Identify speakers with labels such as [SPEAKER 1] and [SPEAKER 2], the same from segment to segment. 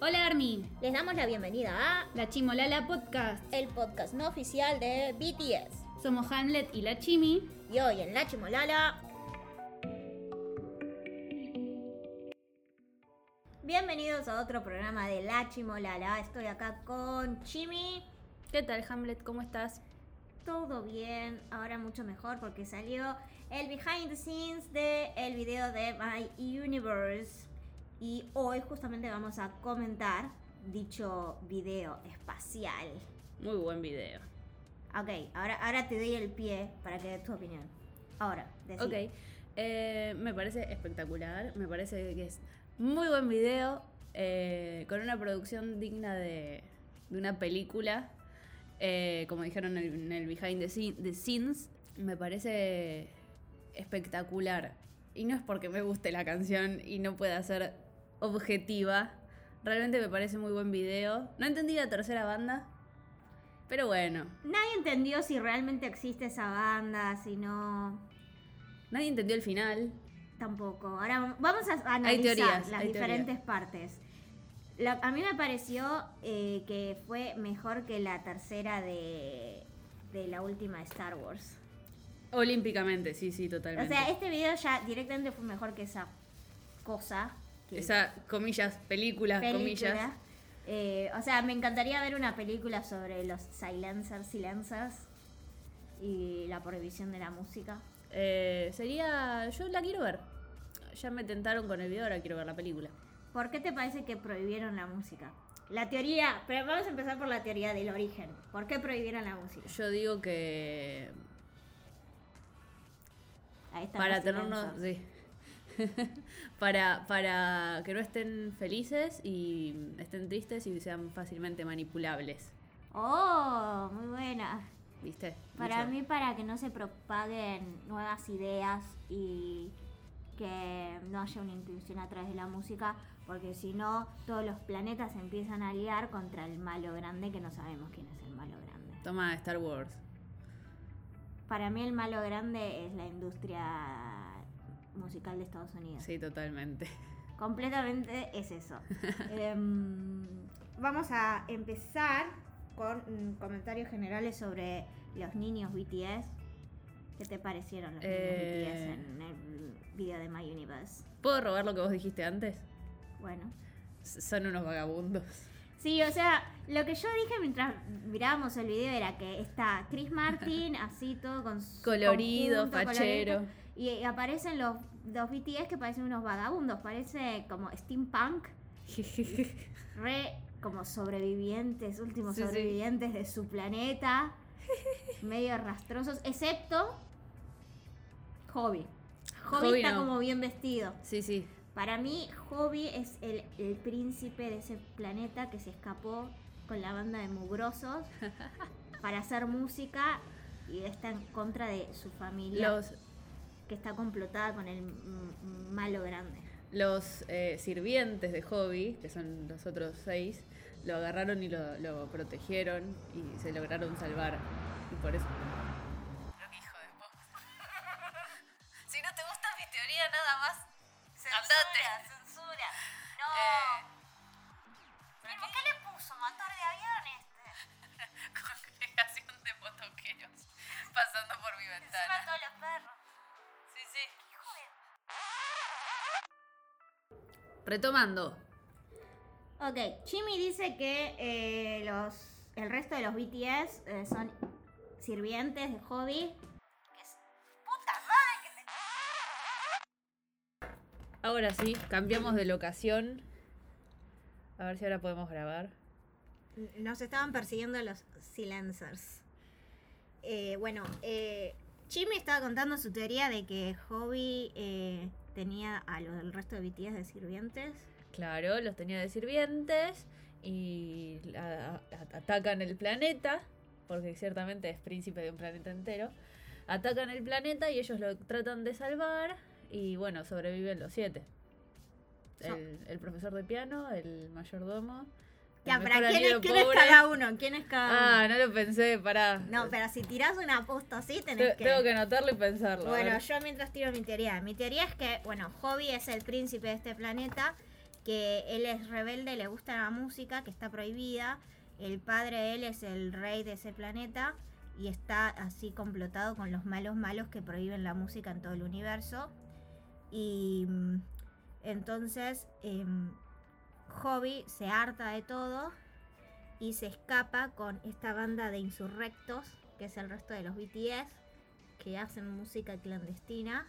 [SPEAKER 1] Hola Army,
[SPEAKER 2] Les damos la bienvenida a
[SPEAKER 1] la Chimolala Podcast.
[SPEAKER 2] el podcast no oficial de BTS.
[SPEAKER 1] Somos Hamlet y la Chimi.
[SPEAKER 2] Y hoy en La Chimolala. Bienvenidos a otro programa de La Chimolala. Estoy acá con Chimi.
[SPEAKER 1] ¿Qué tal Hamlet? ¿Cómo estás?
[SPEAKER 2] Todo bien, ahora mucho mejor porque salió el behind the scenes de el video de My Universe. Y hoy justamente vamos a comentar dicho video espacial.
[SPEAKER 3] Muy buen video.
[SPEAKER 2] Ok, ahora, ahora te doy el pie para que des tu opinión. Ahora, decí.
[SPEAKER 3] Ok. eh, me parece espectacular. Me parece que es muy buen video. eh, con una producción digna de, de una película. Eh, como dijeron en el, en el behind the, scene- the scenes. Me parece espectacular. Y no es porque me guste la canción y no pueda ser objetiva. Realmente me parece muy buen video. No entendí la tercera banda. Pero bueno.
[SPEAKER 2] Nadie entendió si realmente existe esa banda, si no.
[SPEAKER 3] Nadie entendió el final.
[SPEAKER 2] Tampoco. Ahora vamos a analizar
[SPEAKER 3] teorías,
[SPEAKER 2] las
[SPEAKER 3] hay
[SPEAKER 2] diferentes partes. La- a mí me pareció eh, que fue mejor que la tercera de, de la última de Star Wars.
[SPEAKER 3] Olímpicamente, sí, sí,
[SPEAKER 2] O
[SPEAKER 3] totalmente.
[SPEAKER 2] sea, este video ya directamente fue mejor que esa cosa. que-
[SPEAKER 3] Esa, comillas, películas,
[SPEAKER 2] película.
[SPEAKER 3] comillas.
[SPEAKER 2] Eh, o sea, me encantaría ver una película sobre los silencers, silencers y la prohibición de la música.
[SPEAKER 3] Eh, sería. Yo la quiero ver. Ya me tentaron con el video, ahora quiero ver la película.
[SPEAKER 2] ¿Por qué te parece que prohibieron la música? La teoría, pero vamos a empezar por la teoría del origen. ¿Por qué prohibieron la música?
[SPEAKER 3] Yo digo que.
[SPEAKER 2] Ahí están
[SPEAKER 3] Para
[SPEAKER 2] los
[SPEAKER 3] tenernos.
[SPEAKER 2] silencers.
[SPEAKER 3] sí. para, para que no estén felices y estén tristes y sean fácilmente manipulables.
[SPEAKER 2] Oh, muy buena.
[SPEAKER 3] ¿Viste?
[SPEAKER 2] Para
[SPEAKER 3] Dicho.
[SPEAKER 2] mí, para que no se propaguen nuevas ideas y que no haya una inclusión a través de la música, porque si no, todos los planetas empiezan a liar contra el malo grande, que no sabemos quién es el malo grande.
[SPEAKER 3] Toma Star Wars.
[SPEAKER 2] Para mí, el malo grande es la industria musical de Estados Unidos.
[SPEAKER 3] Sí, totalmente.
[SPEAKER 2] Completamente es eso. Em, vamos a empezar con mm, comentarios generales sobre los niños BTS. ¿Qué te parecieron los
[SPEAKER 3] Eh.
[SPEAKER 2] niños BTS en el video de My Universe?
[SPEAKER 3] ¿Puedo robar lo que vos dijiste antes?
[SPEAKER 2] Bueno.
[SPEAKER 3] S- Son unos vagabundos.
[SPEAKER 2] Sí, o sea, lo que yo dije mientras mirábamos el video era que está Chris Martin, así todo con su
[SPEAKER 3] Colorido,
[SPEAKER 2] conjunto,
[SPEAKER 3] fachero.
[SPEAKER 2] colorido, y, y aparecen los dos BTS que parecen unos vagabundos, parece como steampunk. re como sobrevivientes, últimos
[SPEAKER 3] Sí, sí.
[SPEAKER 2] sobrevivientes de su planeta, medio rastrosos, excepto Hobby. Hobby,
[SPEAKER 3] Hobby
[SPEAKER 2] está
[SPEAKER 3] no.
[SPEAKER 2] como bien vestido.
[SPEAKER 3] sí, sí.
[SPEAKER 2] Para mí, Hobby es el, el príncipe de ese planeta que se escapó con la banda de mugrosos para hacer música y está en contra de su familia
[SPEAKER 3] Los,
[SPEAKER 2] que está complotada con el mm, malo grande.
[SPEAKER 3] Los eh, sirvientes de Hobby, que son los otros seis, lo agarraron y lo, lo protegieron y se lograron salvar. Y por eso. hijo de Si no te gusta mi teoría, nada más.
[SPEAKER 2] Censura, censura.
[SPEAKER 3] Eh.
[SPEAKER 2] No. ¿Y por qué le puso motor de avión este?
[SPEAKER 3] Congregación de motoqueros pasando por mi
[SPEAKER 2] Encima todos los perros.
[SPEAKER 3] Sí, sí. Retomando.
[SPEAKER 2] Ok, Jimmy dice que eh, los, el resto de los BTS eh, son sirvientes de hobby.
[SPEAKER 3] Ahora sí, cambiamos de locación. A ver si ahora podemos grabar.
[SPEAKER 2] Nos estaban persiguiendo los silencers. Eh, bueno, eh, Jimmy estaba contando su teoría de que Hobby eh, tenía a los del resto de BTS de sirvientes.
[SPEAKER 3] Claro, los tenía de sirvientes y a- a- atacan el planeta, porque ciertamente es príncipe de un planeta entero. Atacan el planeta y ellos lo tratan de salvar y bueno, sobreviven los siete. El, el profesor de piano, el mayordomo. el
[SPEAKER 2] Ya,
[SPEAKER 3] mejor
[SPEAKER 2] para quién, es,
[SPEAKER 3] amigo
[SPEAKER 2] quién es
[SPEAKER 3] pobre.
[SPEAKER 2] cada uno, quién es cada uno.
[SPEAKER 3] Ah, no lo pensé, pará.
[SPEAKER 2] No, pero si tirás una aposta así, tenés
[SPEAKER 3] Te-
[SPEAKER 2] que...
[SPEAKER 3] Tengo que anotarlo y pensarlo. a
[SPEAKER 2] Bueno,
[SPEAKER 3] ver.
[SPEAKER 2] yo mientras tiro mi teoría. Mi teoría es que, bueno, Hobby es el príncipe de este planeta que él es rebelde, le gusta la música, que está prohibida. El padre de él es el rey de ese planeta y está así complotado con los malos malos que prohíben la música en todo el universo. Y mm, entonces em, Hobby se harta de todo y se escapa con esta banda de insurrectos, que es el resto de los BTS, que hacen música clandestina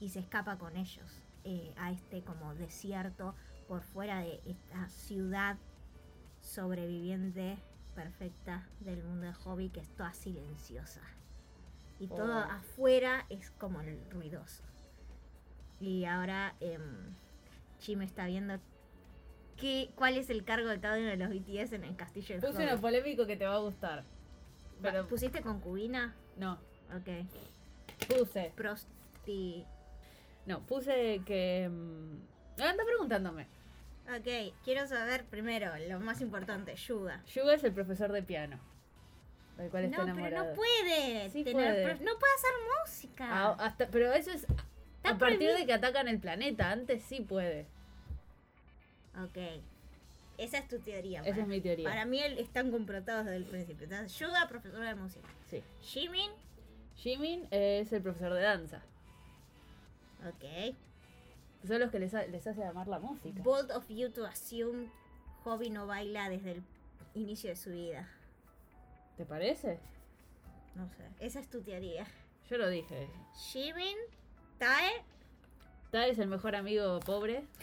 [SPEAKER 2] y se escapa con ellos eh, a este como desierto por fuera de esta ciudad sobreviviente perfecta del mundo de hobby que es toda silenciosa y todo
[SPEAKER 3] Oh.
[SPEAKER 2] afuera es como el ruidoso y ahora em, Chim está viendo qué, cuál es el cargo de cada uno de los BTS en el castillo del
[SPEAKER 3] Puse uno
[SPEAKER 2] hobby.
[SPEAKER 3] polémico que te va a gustar. Pero
[SPEAKER 2] ¿Pusiste concubina?
[SPEAKER 3] no,
[SPEAKER 2] Ok.
[SPEAKER 3] puse.
[SPEAKER 2] Prosti.
[SPEAKER 3] No, puse que. mm, Anda preguntándome.
[SPEAKER 2] Ok, quiero saber primero lo más importante, Yuga.
[SPEAKER 3] Yuga es el profesor de piano. Del cual está
[SPEAKER 2] No, pero
[SPEAKER 3] enamorado.
[SPEAKER 2] no puede.
[SPEAKER 3] Sí
[SPEAKER 2] tener
[SPEAKER 3] puede.
[SPEAKER 2] pro- No puede hacer música.
[SPEAKER 3] Ah, hasta- pero eso es a- a partir
[SPEAKER 2] prohibido.
[SPEAKER 3] de que atacan el planeta. Antes sí puede.
[SPEAKER 2] Ok. Esa es tu teoría.
[SPEAKER 3] ah. Esa
[SPEAKER 2] para-
[SPEAKER 3] es mi teoría.
[SPEAKER 2] Para mí el- están comprobados desde el principio. Entonces, Yuga, profesora de música.
[SPEAKER 3] Sí.
[SPEAKER 2] Jimin,
[SPEAKER 3] Jimin es el profesor de danza.
[SPEAKER 2] ok.
[SPEAKER 3] Son los que les, ha- les hace amar la música.
[SPEAKER 2] Bold of you to assume Hobby no baila desde el inicio de su vida.
[SPEAKER 3] ¿Te parece?
[SPEAKER 2] No sé. Esa es tu teoría.
[SPEAKER 3] Yo lo dije.
[SPEAKER 2] Jimin, Tae.
[SPEAKER 3] Tal es el mejor amigo pobre.
[SPEAKER 2] ¿Por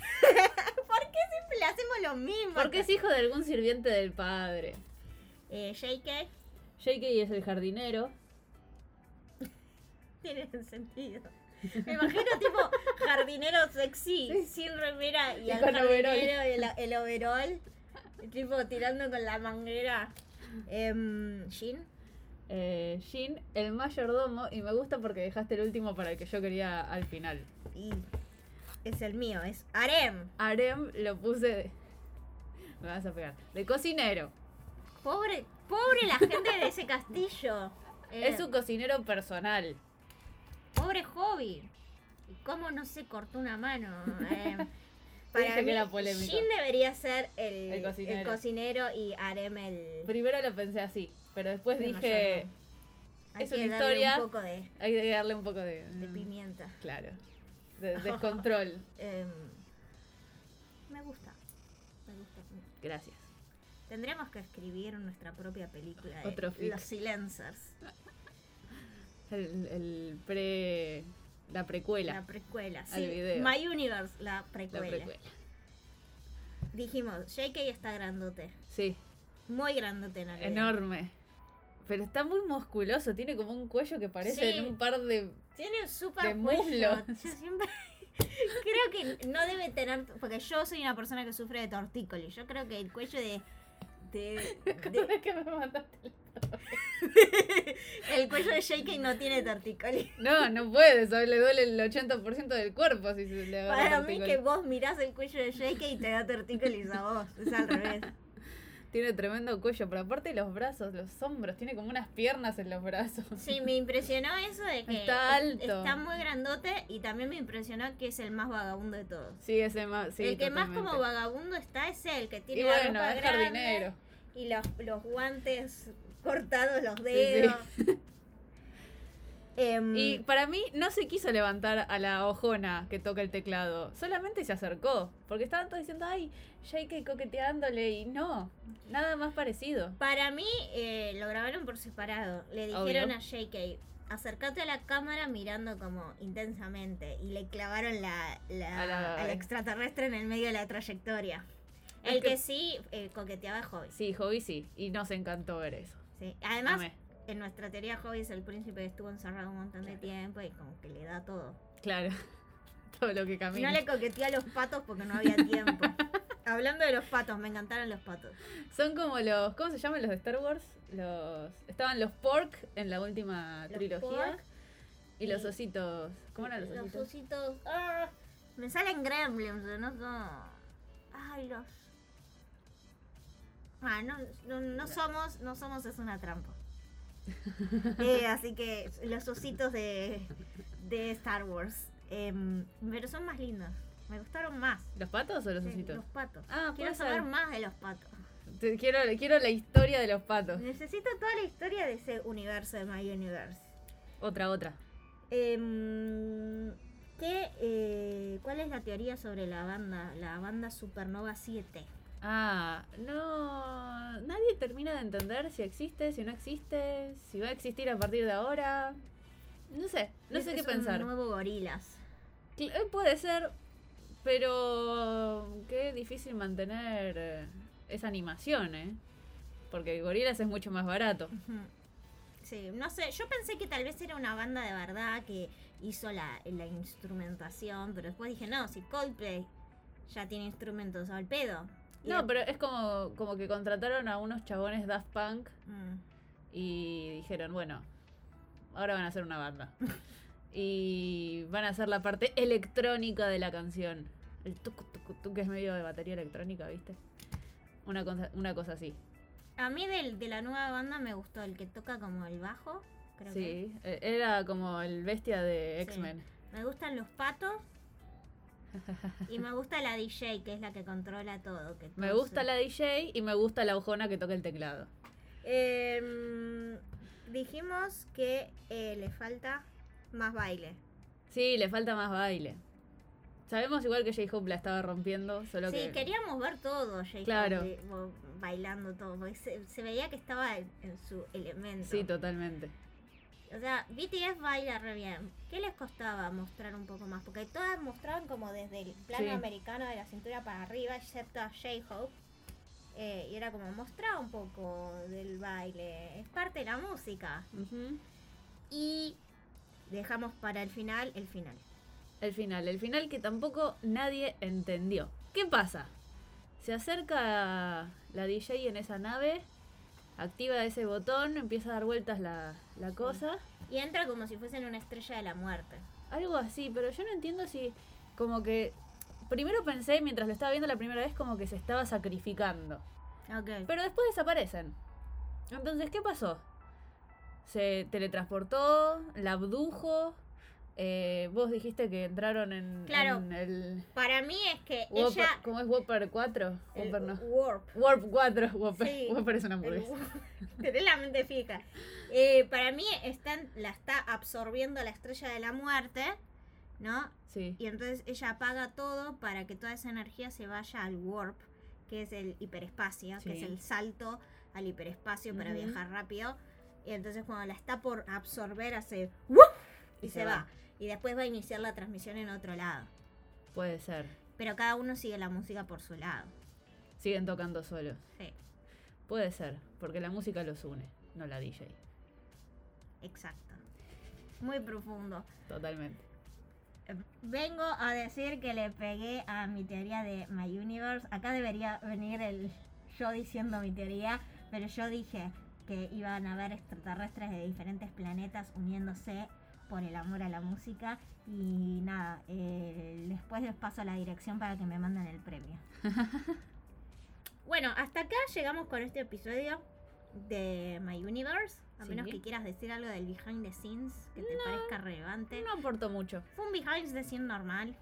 [SPEAKER 2] qué siempre le hacemos lo mismo?
[SPEAKER 3] Porque es hijo de algún sirviente del padre.
[SPEAKER 2] Eh, JK,
[SPEAKER 3] JK es el jardinero.
[SPEAKER 2] tiene sentido. Me imagino tipo jardinero sexy, sin remera y
[SPEAKER 3] Y
[SPEAKER 2] al
[SPEAKER 3] con
[SPEAKER 2] jardinero
[SPEAKER 3] overol.
[SPEAKER 2] el, el overol, tipo tirando con la manguera. Em, Jin,
[SPEAKER 3] Eh, Jin, el mayordomo. Y me gusta porque dejaste el último para el que yo quería al final.
[SPEAKER 2] y es el mío, es Arem.
[SPEAKER 3] Arem lo puse de... Me vas a pegar. De cocinero.
[SPEAKER 2] Pobre, pobre la gente de ese castillo. Eh,
[SPEAKER 3] Es un cocinero personal.
[SPEAKER 2] pobre hobby. ¿Y cómo no se cortó una mano? Em,
[SPEAKER 3] Dije que era polémico.
[SPEAKER 2] Jin debería ser el,
[SPEAKER 3] El cocinero.
[SPEAKER 2] el cocinero y Arem el.
[SPEAKER 3] Primero lo pensé así, pero después
[SPEAKER 2] Pero
[SPEAKER 3] dije...
[SPEAKER 2] mayordomo. Hay
[SPEAKER 3] Es
[SPEAKER 2] que
[SPEAKER 3] una
[SPEAKER 2] darle
[SPEAKER 3] historia. Mm.
[SPEAKER 2] Un poco de,
[SPEAKER 3] Hay que darle un poco de...
[SPEAKER 2] de pimienta.
[SPEAKER 3] Claro. De- descontrol.
[SPEAKER 2] Em, me gusta. Me gusta.
[SPEAKER 3] Gracias.
[SPEAKER 2] Tendremos que escribir nuestra propia película de
[SPEAKER 3] Otro fic.
[SPEAKER 2] Los Silencers.
[SPEAKER 3] El, el pre... La precuela.
[SPEAKER 2] La precuela.
[SPEAKER 3] Al
[SPEAKER 2] Sí,
[SPEAKER 3] video.
[SPEAKER 2] My Universe, la
[SPEAKER 3] La
[SPEAKER 2] precuela.
[SPEAKER 3] precuela.
[SPEAKER 2] Dijimos, JK está grandote.
[SPEAKER 3] Sí,
[SPEAKER 2] Muy grandote
[SPEAKER 3] Eh,
[SPEAKER 2] en el video.
[SPEAKER 3] enorme. Pero está muy musculoso, tiene como un cuello que parece
[SPEAKER 2] Sí.
[SPEAKER 3] en un par de...
[SPEAKER 2] Tiene un super
[SPEAKER 3] De
[SPEAKER 2] cuello.
[SPEAKER 3] muslo.
[SPEAKER 2] Yo siempre- creo que no debe tener. Porque yo soy una persona que sufre de tortícolis. Yo creo que el cuello de- de- de
[SPEAKER 3] Es que me mandaste.
[SPEAKER 2] El cuello de JK no tiene tortícolis.
[SPEAKER 3] No, no puede, eso le duele el 80% del cuerpo si se le agarra
[SPEAKER 2] Para
[SPEAKER 3] el
[SPEAKER 2] mí
[SPEAKER 3] pico.
[SPEAKER 2] que vos mirás el cuello de JK y te da tortícolis a vos. Es al revés.
[SPEAKER 3] Tiene tremendo cuello, pero aparte los brazos, los hombros, tiene como unas piernas en los brazos.
[SPEAKER 2] Sí, me impresionó eso de que
[SPEAKER 3] Está
[SPEAKER 2] es-
[SPEAKER 3] alto.
[SPEAKER 2] está muy grandote y también me impresionó que es el más vagabundo de todos.
[SPEAKER 3] Sí, ese más. Sí,
[SPEAKER 2] el que más
[SPEAKER 3] totalmente.
[SPEAKER 2] como vagabundo está es él, que tiene
[SPEAKER 3] Y
[SPEAKER 2] la
[SPEAKER 3] bueno,
[SPEAKER 2] ropa
[SPEAKER 3] es
[SPEAKER 2] grande
[SPEAKER 3] jardinero.
[SPEAKER 2] y los, los guantes cortados, los
[SPEAKER 3] sí.
[SPEAKER 2] dedos. Em,
[SPEAKER 3] Y para mí no se quiso levantar a la ojona que toca el teclado, solamente se acercó, porque estaban todos diciendo, ay, Jake coqueteándole y no, nada más parecido.
[SPEAKER 2] Para mí eh, lo grabaron por separado. Le dijeron
[SPEAKER 3] Obvio.
[SPEAKER 2] a JK, acércate a la cámara mirando como intensamente. Y le clavaron la, la-
[SPEAKER 3] A la-
[SPEAKER 2] al extraterrestre en el medio de la trayectoria.
[SPEAKER 3] Es
[SPEAKER 2] El que,
[SPEAKER 3] que-
[SPEAKER 2] sí eh, coqueteaba a Hobby.
[SPEAKER 3] Sí, Hobby sí, y nos encantó ver eso.
[SPEAKER 2] Sí. Además,
[SPEAKER 3] Amé.
[SPEAKER 2] en nuestra teoría Hobby es el príncipe que estuvo encerrado un montón de tiempo y como que le da todo.
[SPEAKER 3] Claro, todo lo que
[SPEAKER 2] Y no
[SPEAKER 3] camina.
[SPEAKER 2] le coqueteó a los patos porque no había tiempo. Hablando de los patos, me encantaron los patos.
[SPEAKER 3] Son como los, ¿cómo se llaman los de Star Wars? Los Estaban los pork en la última
[SPEAKER 2] Los
[SPEAKER 3] trilogía.
[SPEAKER 2] pork
[SPEAKER 3] y los
[SPEAKER 2] y-
[SPEAKER 3] ositos, ¿cómo eran los
[SPEAKER 2] Los
[SPEAKER 3] ositos?
[SPEAKER 2] ositos. ¡ah! Me salen gremlins, no son- Ay, los. Ah, no, no, no somos, no somos, es una trampa. Eh, así que los ositos de, de Star Wars. Em, pero son más lindos. Me gustaron más.
[SPEAKER 3] ¿Los patos o los
[SPEAKER 2] Sí,
[SPEAKER 3] ositos?
[SPEAKER 2] los patos.
[SPEAKER 3] Ah,
[SPEAKER 2] Quiero
[SPEAKER 3] puede
[SPEAKER 2] saber
[SPEAKER 3] ser.
[SPEAKER 2] más de los patos.
[SPEAKER 3] Te- Quiero, quiero la historia de los patos.
[SPEAKER 2] Necesito toda la historia de ese universo de My Universe.
[SPEAKER 3] Otra, otra.
[SPEAKER 2] Em, ¿qué, eh, ¿Cuál es la teoría sobre la banda, la banda Supernova 7?
[SPEAKER 3] Ah, no. Nadie termina de entender si existe, si no existe, si va a existir a partir de ahora. No sé, no
[SPEAKER 2] Es-
[SPEAKER 3] sé qué
[SPEAKER 2] Este es un
[SPEAKER 3] pensar.
[SPEAKER 2] nuevo gorilas.
[SPEAKER 3] Cl- eh, Puede ser, pero qué difícil mantener eh, esa animación, ¿eh? Porque Gorilas es mucho más barato.
[SPEAKER 2] Ujú. Sí, no sé, yo pensé que tal vez era una banda de verdad que hizo la, la instrumentación, pero después dije, no, si Coldplay ya tiene instrumentos al pedo. Y
[SPEAKER 3] No,
[SPEAKER 2] de-
[SPEAKER 3] pero es como, como que contrataron a unos chabones Daft Punk
[SPEAKER 2] Mm.
[SPEAKER 3] y dijeron, bueno, ahora van a hacer una banda. Y van a hacer la parte electrónica de la canción. El tucu, tucu, tucu, que es medio de batería electrónica, ¿viste? Una cosa, una cosa así.
[SPEAKER 2] A mí del- de la nueva banda me gustó el que toca como el bajo, creo que.
[SPEAKER 3] Sí, eh, era como el bestia de
[SPEAKER 2] Sí.
[SPEAKER 3] X-Men.
[SPEAKER 2] Me gustan los patos. y me gusta la DJ, que es la que controla todo. que
[SPEAKER 3] Me
[SPEAKER 2] todo
[SPEAKER 3] gusta
[SPEAKER 2] se-
[SPEAKER 3] la DJ y me gusta la ojona que toca el teclado.
[SPEAKER 2] Em, dijimos que eh, le falta más baile.
[SPEAKER 3] Sí, le falta más baile. Sabemos igual que J-Hope la estaba rompiendo, solo
[SPEAKER 2] Sí,
[SPEAKER 3] que...
[SPEAKER 2] queríamos ver todo, Jacob,
[SPEAKER 3] Claro.
[SPEAKER 2] de- bo- bailando todo, porque se, se veía que estaba en, en su elemento.
[SPEAKER 3] Sí, totalmente.
[SPEAKER 2] o sea, BTS baila re bien. ¿Qué les costaba mostrar un poco más? Porque todas mostraban como desde el plano
[SPEAKER 3] Sí.
[SPEAKER 2] americano de la cintura para arriba, excepto a J-Hope. Eh, y era como mostrar un poco del baile. Es parte de la música.
[SPEAKER 3] Ujú.
[SPEAKER 2] Y dejamos para el final el final.
[SPEAKER 3] El final, el final que tampoco nadie entendió. ¿Qué pasa? Se acerca la DJ en esa nave, activa ese botón, empieza a dar vueltas la, la cosa.
[SPEAKER 2] Y entra como si fuesen una estrella de la muerte.
[SPEAKER 3] Algo así, pero yo no entiendo si como que... Primero pensé, mientras lo estaba viendo la primera vez, como que se estaba sacrificando.
[SPEAKER 2] Ok.
[SPEAKER 3] Pero después desaparecen. Entonces, ¿qué pasó? Se teletransportó, la abdujo. eh, vos dijiste que entraron en,
[SPEAKER 2] Claro.
[SPEAKER 3] en el.
[SPEAKER 2] Para mí es que
[SPEAKER 3] Whopper-
[SPEAKER 2] ella
[SPEAKER 3] ¿Cómo es Whopper 4?
[SPEAKER 2] El
[SPEAKER 3] Whopper no.
[SPEAKER 2] Warp.
[SPEAKER 3] Warp 4. Whopper,
[SPEAKER 2] Sí.
[SPEAKER 3] Whopper es una
[SPEAKER 2] El
[SPEAKER 3] hamburguesa.
[SPEAKER 2] warp. Tenés la mente fija. Eh, para mí están, la está absorbiendo la estrella de la muerte, ¿no?
[SPEAKER 3] Sí.
[SPEAKER 2] Y entonces ella apaga todo para que toda esa energía se vaya al warp, que es el hiperespacio, que es
[SPEAKER 3] Sí.
[SPEAKER 2] el salto al hiperespacio para
[SPEAKER 3] Ujú.
[SPEAKER 2] viajar rápido. Y entonces cuando la está por absorber hace ¡wup! y, se, va. Y después va a iniciar la transmisión en otro lado.
[SPEAKER 3] Puede ser.
[SPEAKER 2] Pero cada uno sigue la música por su lado.
[SPEAKER 3] Siguen tocando solos.
[SPEAKER 2] Sí,
[SPEAKER 3] Puede ser, porque la música los une, no la DJ.
[SPEAKER 2] exacto. Muy profundo.
[SPEAKER 3] Totalmente.
[SPEAKER 2] Vengo a decir que le pegué a mi teoría de My Universe. Acá debería venir el yo diciendo mi teoría, pero yo dije que iban a haber extraterrestres de diferentes planetas uniéndose por el amor a la música. Y nada, eh, después les paso la dirección para que me manden el premio. bueno, hasta acá llegamos con este episodio de My Universe. A
[SPEAKER 3] Sí.
[SPEAKER 2] menos que quieras decir algo del behind the scenes que te parezca relevante.
[SPEAKER 3] No aportó mucho.
[SPEAKER 2] Fue un behind the scene normal.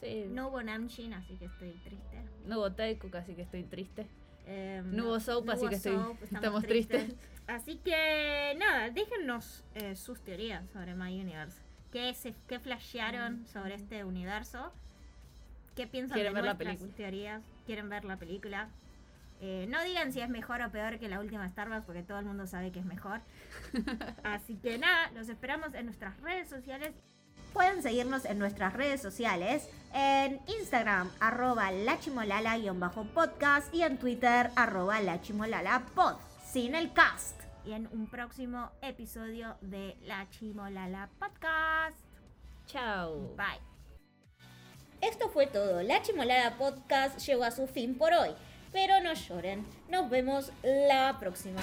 [SPEAKER 3] Sí.
[SPEAKER 2] No hubo Namjin, así que estoy triste.
[SPEAKER 3] No hubo Taekook, así que estoy triste.
[SPEAKER 2] Eh,
[SPEAKER 3] No hubo Soap, así
[SPEAKER 2] hubo
[SPEAKER 3] que estoy-
[SPEAKER 2] Soap,
[SPEAKER 3] estamos tristes.
[SPEAKER 2] Así que nada, déjennos eh, sus teorías sobre My Universe. ¿Qué, se, qué flashearon sobre este universo? ¿Qué piensan
[SPEAKER 3] Mm. ¿Quieren
[SPEAKER 2] de
[SPEAKER 3] ver la
[SPEAKER 2] nuestras
[SPEAKER 3] película?
[SPEAKER 2] teorías? ¿Quieren ver la película? Eh, no digan si es mejor o peor que la última Star Wars, porque todo el mundo sabe que es mejor. Así que nada, los esperamos en nuestras redes sociales. Pueden seguirnos en nuestras redes sociales, en Instagram, arroba lachimolala-podcast y en Twitter, arroba lachimolalapod, sin el cast. Y en un próximo episodio de La Chimolala Podcast.
[SPEAKER 3] Chao.
[SPEAKER 2] Bye. Esto fue todo. La Chimolala Podcast llegó a su fin por hoy. Pero no lloren. Nos vemos la próxima.